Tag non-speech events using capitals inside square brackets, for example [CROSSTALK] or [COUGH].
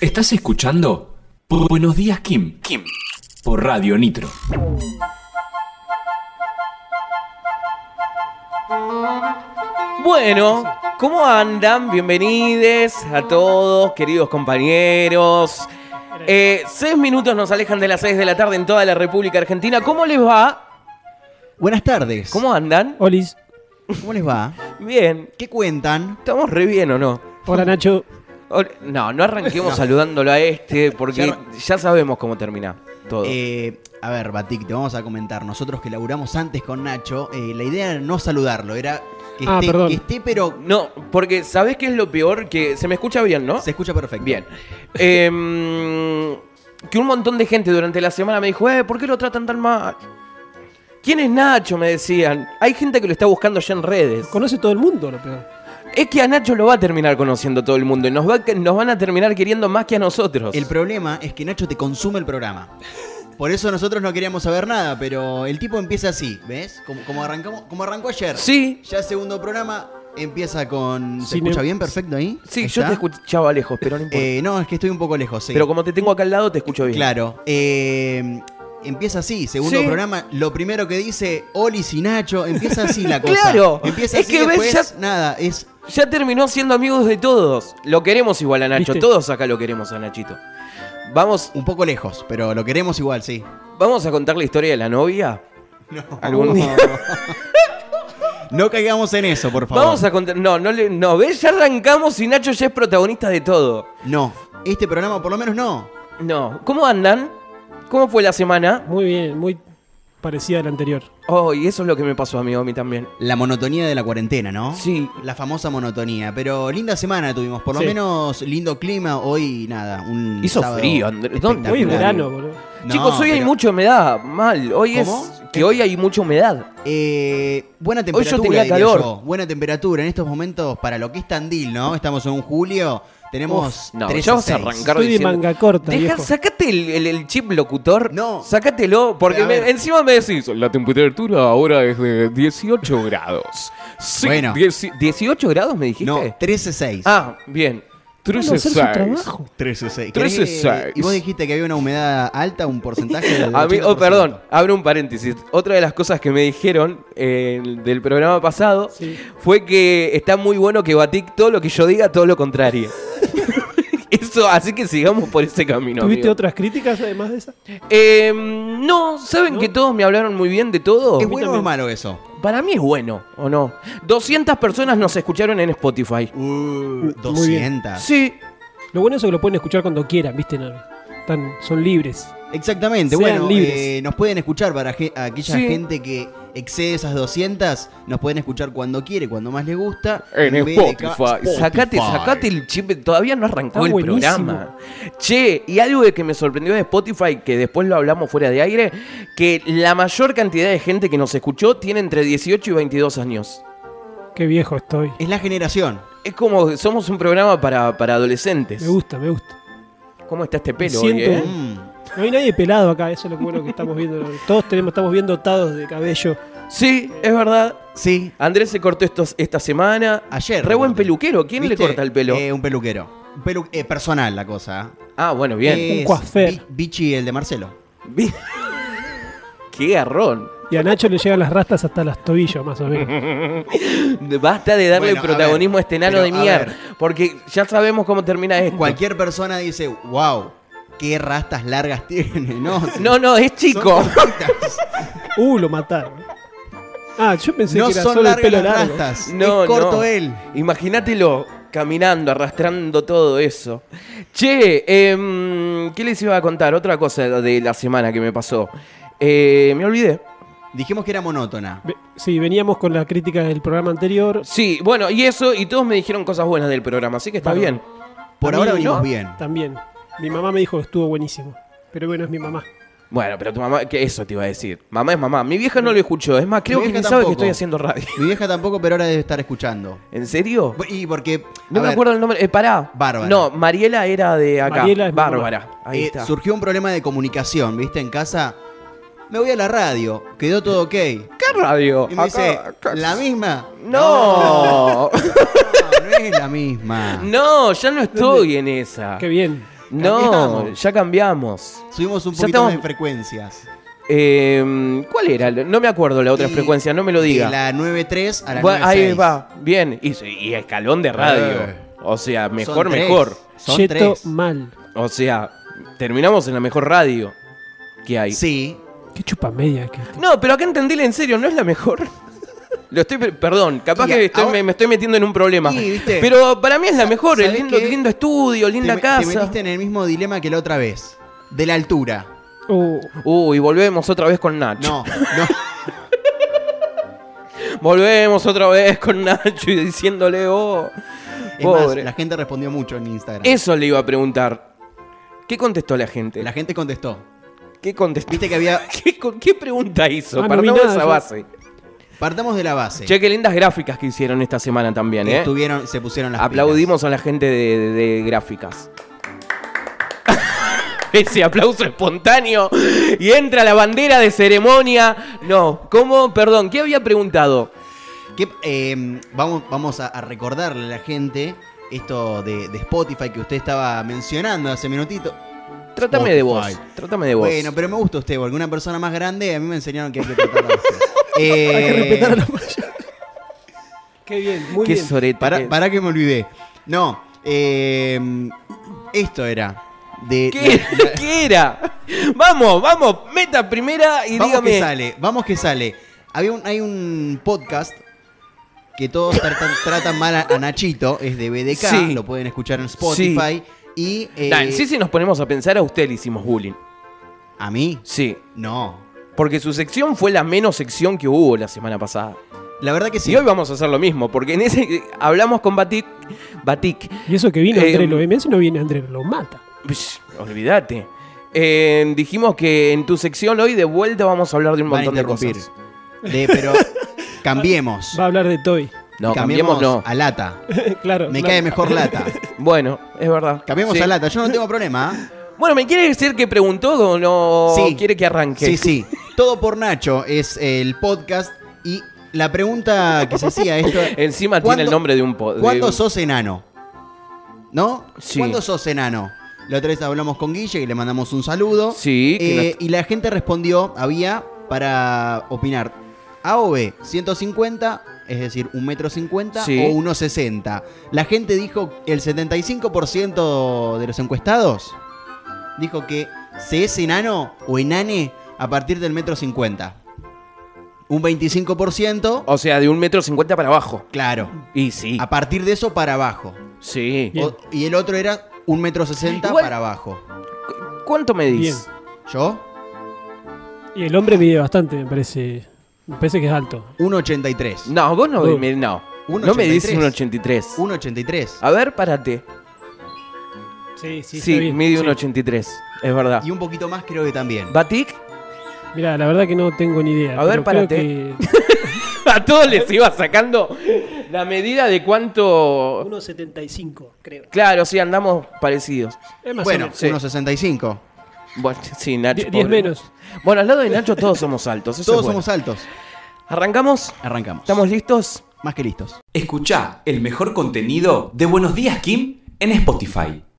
Estás escuchando Buenos Días Kim. Kim. Por Radio Nitro. Bueno, ¿cómo andan? Bienvenides a todos, queridos compañeros. Eh, seis minutos nos alejan de las seis de la tarde en toda la República Argentina. ¿Cómo les va? Buenas tardes. ¿Cómo andan? Olis. ¿Cómo les va? Bien. ¿Qué cuentan? ¿Estamos re bien o no? Hola Nacho. O- No, [LAUGHS] no arranquemos saludándolo a este porque ya sabemos cómo termina todo. Eh, a ver, Batik, te vamos a comentar. Nosotros que laburamos antes con Nacho, eh, la idea era no saludarlo, era que Ah, esté, perdón. que esté, pero no, porque ¿sabés qué es lo peor? Que se me escucha bien, ¿no? se escucha perfecto. Bien. Em, que un montón de gente durante la semana me dijo, eh, ¿por qué lo tratan tan mal? ¿Quién es Nacho? Me decían. Hay gente que lo está buscando ya en redes. Conoce todo el mundo, lo peor. Es que a Nacho lo va a terminar conociendo todo el mundo y nos, va a- nos van a terminar queriendo más que a nosotros. El problema es que Nacho te consume el programa. Por eso nosotros no queríamos saber nada, pero el tipo empieza así, ¿ves? Como, como arrancamos, como arrancó ayer. Sí, Ya segundo programa empieza con. ¿Se Sin escucha em- bien perfecto ahí? sí, ¿Ahí yo está? te escuchaba lejos, pero no importa. Eh, no, es que estoy un poco lejos, sí. Pero como te tengo acá al lado, te escucho bien. Claro. eh, empieza así, segundo Sí. programa. Lo primero que dice Olis y Nacho, empieza así [LAUGHS] la cosa. Claro, Empieza es así, que ves, después, ya- nada, es Ya terminó siendo amigos de todos. Lo queremos igual a Nacho. ¿Viste? Todos acá lo queremos a Nachito. Vamos, un poco lejos, pero lo queremos igual, sí. vamos a contar la historia de la novia. Algún día. [LAUGHS] No caigamos en eso, por favor. Vamos a contar. No, no, le- no, ¿ves? Ya arrancamos y Nacho ya es protagonista de todo. No, este programa por lo menos no. No. ¿Cómo andan? ¿Cómo fue la semana? Muy bien, muy parecida a la anterior. Oh, y eso es lo que me pasó, amigo, a mí también. La monotonía de la cuarentena, ¿no? Sí. La famosa monotonía. Pero linda semana tuvimos, por lo Sí. menos lindo clima. Hoy, nada, un Hizo sábado frío, Andrés. ¿Dónde? Hoy es espectacular. verano, boludo. No, Chicos, hoy hay pero, mucha humedad. Mal. Hoy es. ¿Cómo? Que hoy hay mucha humedad. eh, buena yo temperatura, tenía diría calor. yo. Buena temperatura en estos momentos para lo que es Tandil, ¿no? Estamos en un julio, tenemos Uf, no, 13 ya vas a seis. arrancar Estoy de diciendo- manga corta, Deja, viejo. sacate el, el- el chip locutor. No. Sácatelo, porque A me- ver. encima me decís, la temperatura ahora es de 18 grados. Sí, Bueno. dieci- 18 grados me dijiste. No, 13-6. Ah, bien. Vamos a hacer su 13-6. trabajo. 13-6. 13-6. Y vos dijiste que había una humedad alta, un porcentaje [LAUGHS] de A mí, 80%. oh, perdón, abro un paréntesis. Otra de las cosas que me dijeron eh, del programa pasado Sí. fue que está muy bueno que Batik todo lo que yo diga, todo lo contrario. [LAUGHS] Eso, así que sigamos por ese camino. ¿Tuviste amigo. otras críticas además de esa? Eh, no, ¿saben que todos me hablaron muy bien de todo? ¿Es bueno o es malo eso? Para mí es bueno, ¿o no? 200 personas nos escucharon en Spotify. Uh, Muy bien. 200. Sí, Lo bueno es que lo pueden escuchar cuando quieran, ¿viste? No, tan- son libres. Exactamente, Sean bueno, libres. eh, nos pueden escuchar para ge- aquella Sí. gente que excede esas 200, nos pueden escuchar cuando quiere, cuando más le gusta. En vez de ca- Spotify. Sacate, sacate el chip, todavía no arrancó Está el buenísimo. programa. Che, y algo de que me sorprendió de Spotify, que después lo hablamos fuera de aire, que la mayor cantidad de gente que nos escuchó tiene entre 18 y 22 años. Qué viejo estoy. Es la generación. Es como, que somos un programa para, para adolescentes. Me gusta, me gusta. ¿Cómo está este pelo Me hoy, siento eh? un- Mm. No hay nadie pelado acá, eso es lo bueno que estamos viendo. Todos tenemos, estamos bien dotados de cabello. Sí, es verdad. Sí, Andrés se cortó estos, esta semana. ayer. Re buen corté. peluquero. ¿Quién ¿Viste? le corta el pelo? Eh, un peluquero. Un pelu- eh, personal la cosa. ¿eh? ah, bueno, bien. Es Un coafer. Bi- Bichi el de Marcelo. Vi- [LAUGHS] Qué garrón. Y a Nacho le llegan las rastas hasta los tobillos, más o menos. [LAUGHS] Basta de darle Bueno, a protagonismo a, ver, este enano pero, de a mierda. ver. Porque ya sabemos cómo termina esto. Cualquier persona dice, wow, qué rastas largas [LAUGHS] tiene. No, No, no, es son chico. [LAUGHS] cortitas. Uh, lo mataron. Ah, yo pensé no que era son solo el largas pelo las largo. rastas. [LAUGHS] No, es corto no. él. Imagínatelo caminando, arrastrando todo eso. Che, em, ¿qué les iba a contar? Otra cosa de la semana que me pasó. Eh, me olvidé. Dijimos que era monótona. Ve- Sí, veníamos con la crítica del programa anterior. Sí, bueno, y eso, y todos me dijeron cosas buenas del programa, así que está Bárbaro. bien. Por A ahora mí, venimos ¿no? bien. También. Mi mamá me dijo que estuvo buenísimo. Pero bueno, es mi mamá. Bueno, pero tu mamá, que eso te iba a decir. Mamá es mamá. Mi vieja no lo escuchó. Es más, creo Mi que ni vieja sabe que tampoco. estoy haciendo radio. Mi vieja tampoco, pero ahora debe estar escuchando. ¿En serio? Y porque. No a me ver, acuerdo el nombre. Eh, pará. Bárbara. No, Mariela era de acá. Mariela es mi Bárbara. Ahí eh, está. surgió un problema de comunicación, ¿viste? En casa. Me voy a la radio. Quedó todo ok. Y ¿Qué radio? me Acá, dice, acá. ¿la [LAUGHS] misma? No. [LAUGHS] No, no es la misma. [LAUGHS] no, ya no estoy en esa. Qué bien. No, Cambiamos. ya cambiamos. Subimos un Ya poquito estamos- más de frecuencias. Eh, ¿Cuál era? No me acuerdo la otra Y- frecuencia, no me lo de diga. la 9.3 a la Va- 9.6. ahí va, bien. Y, y escalón de radio. Eh. O sea, Son mejor, tres. mejor. Son Yeto tres. mal. O sea, terminamos en la mejor radio que hay. Sí. Qué chupa media que este. No, pero acá entendíle en serio, ¿no es la mejor? Lo estoy, pe- perdón, capaz Y que a- estoy- ahora- me, me estoy metiendo en un problema. Y, ¿viste? Pero para mí es la mejor, el ¿sabés lindo, qué? lindo estudio, linda te, me- casa. te metiste en el mismo dilema que la otra vez. De la altura. Uh, Uy, volvemos otra vez con Nacho. No, [LAUGHS] no. Volvemos otra vez con Nacho y diciéndole, oh, Es pobre. más, la gente respondió mucho en Instagram. Eso le iba a preguntar. ¿Qué contestó la gente? La gente contestó. ¿Qué contestó? Viste que había. ¿Qué, con- qué pregunta hizo? Ah, no Partamos vi de nada, esa yo- base. Partamos de la base. Che, qué lindas gráficas que hicieron esta semana también, ¿eh? Estuvieron, se pusieron las Aplaudimos a la gente de, de- de gráficas. [LAUGHS] Ese aplauso espontáneo. Y entra la bandera de ceremonia. No, ¿cómo? Perdón, ¿qué había preguntado? pilas. Que, eh, vamos vamos a, a recordarle a la gente esto de, de Spotify que usted estaba mencionando hace minutito. Trátame de vos. Spotify. Trátame de vos. Bueno, pero me gusta usted, porque una persona más grande a mí me enseñaron que hay que [LAUGHS] tratarla así. hay que Eh, respetar a la mayor. Qué bien, muy qué bien. sorete. Pará, qué- pará que me olvidé. No, eh, esto era. De, ¿Qué, la- la- ¿Qué era? Vamos, vamos, meta primera [LAUGHS] y vamos que dígame. sale, vamos que sale. Había un, hay un podcast que todos tratan, tratan mal a, a Nachito, es de BDK, Sí. lo pueden escuchar en Spotify. Y eh, Nah, en sí, si nos ponemos a pensar, a usted le hicimos bullying. a mí, Sí, no. porque su sección fue la menos sección que hubo la semana pasada. La verdad que sí. Y hoy vamos a hacer lo mismo, porque en ese hablamos con Batik. Batik. Y eso que vino Eh, Andrés, lo ve, mirá si no viene Andrés, lo mata. Psh, olvídate. Eh, dijimos que en tu sección hoy de vuelta vamos a hablar de un van a montón de interrumpir. cosas. [LAUGHS] De- pero cambiemos. Va a hablar de Toy. [LAUGHS] No, cambiemos cambiemos no. a lata. claro. Me no. cae mejor lata. Bueno, es verdad. Cambiemos Sí. a lata. Yo no tengo problema. ¿ah? Bueno, ¿me quiere decir que preguntó o no Sí. quiere que arranque? Sí, sí. Todo por Nacho es el podcast y la pregunta que se [LAUGHS] hacía esto. Encima tiene ¿Cuándo- el nombre de un pod. de ¿Cuándo un- sos enano? ¿No? Sí. ¿Cuándo sos enano? La otra vez hablamos con Guille y le mandamos un saludo. Sí, que Eh, Y la gente respondió, había para opinar A o B, 150, es decir, 1,50 metro cincuenta Sí. o 1,60. La gente dijo, el 75% de los encuestados dijo que se es enano o enane a partir del metro 50. Un 25%, O sea, de un metro cincuenta para abajo. claro, Oh. Y sí. a partir de eso para abajo. Sí. Bien. O- y el otro era 1,60 metro sesenta Igual- para abajo. ¿Cuánto me dices? Yo, Y el hombre mide bastante, me parece. Me parece que es alto. 1,83. No, vos no Uh. me, no. Un no me dices 83. un 83. 1,83. A ver, párate. Sí, Sí, mide un 83. Es verdad. Y un poquito más creo que también. ¿Batik? Mira, la verdad que no tengo ni idea. A ver, pero creo párate. [LAUGHS] que [LAUGHS] A todos les iba sacando la medida de cuánto. 1.75, creo. Claro, sí, andamos parecidos. Es más Bueno, o menos. Sí. 1,65. Bueno, sí, Nacho. Die- diez pobre. menos. Bueno, al lado de Nacho todos somos altos. Eso Todos es bueno. somos altos. ¿Arrancamos? Arrancamos. ¿Estamos listos? más que listos. Escucha el mejor contenido de Buenos Días Kim en Spotify.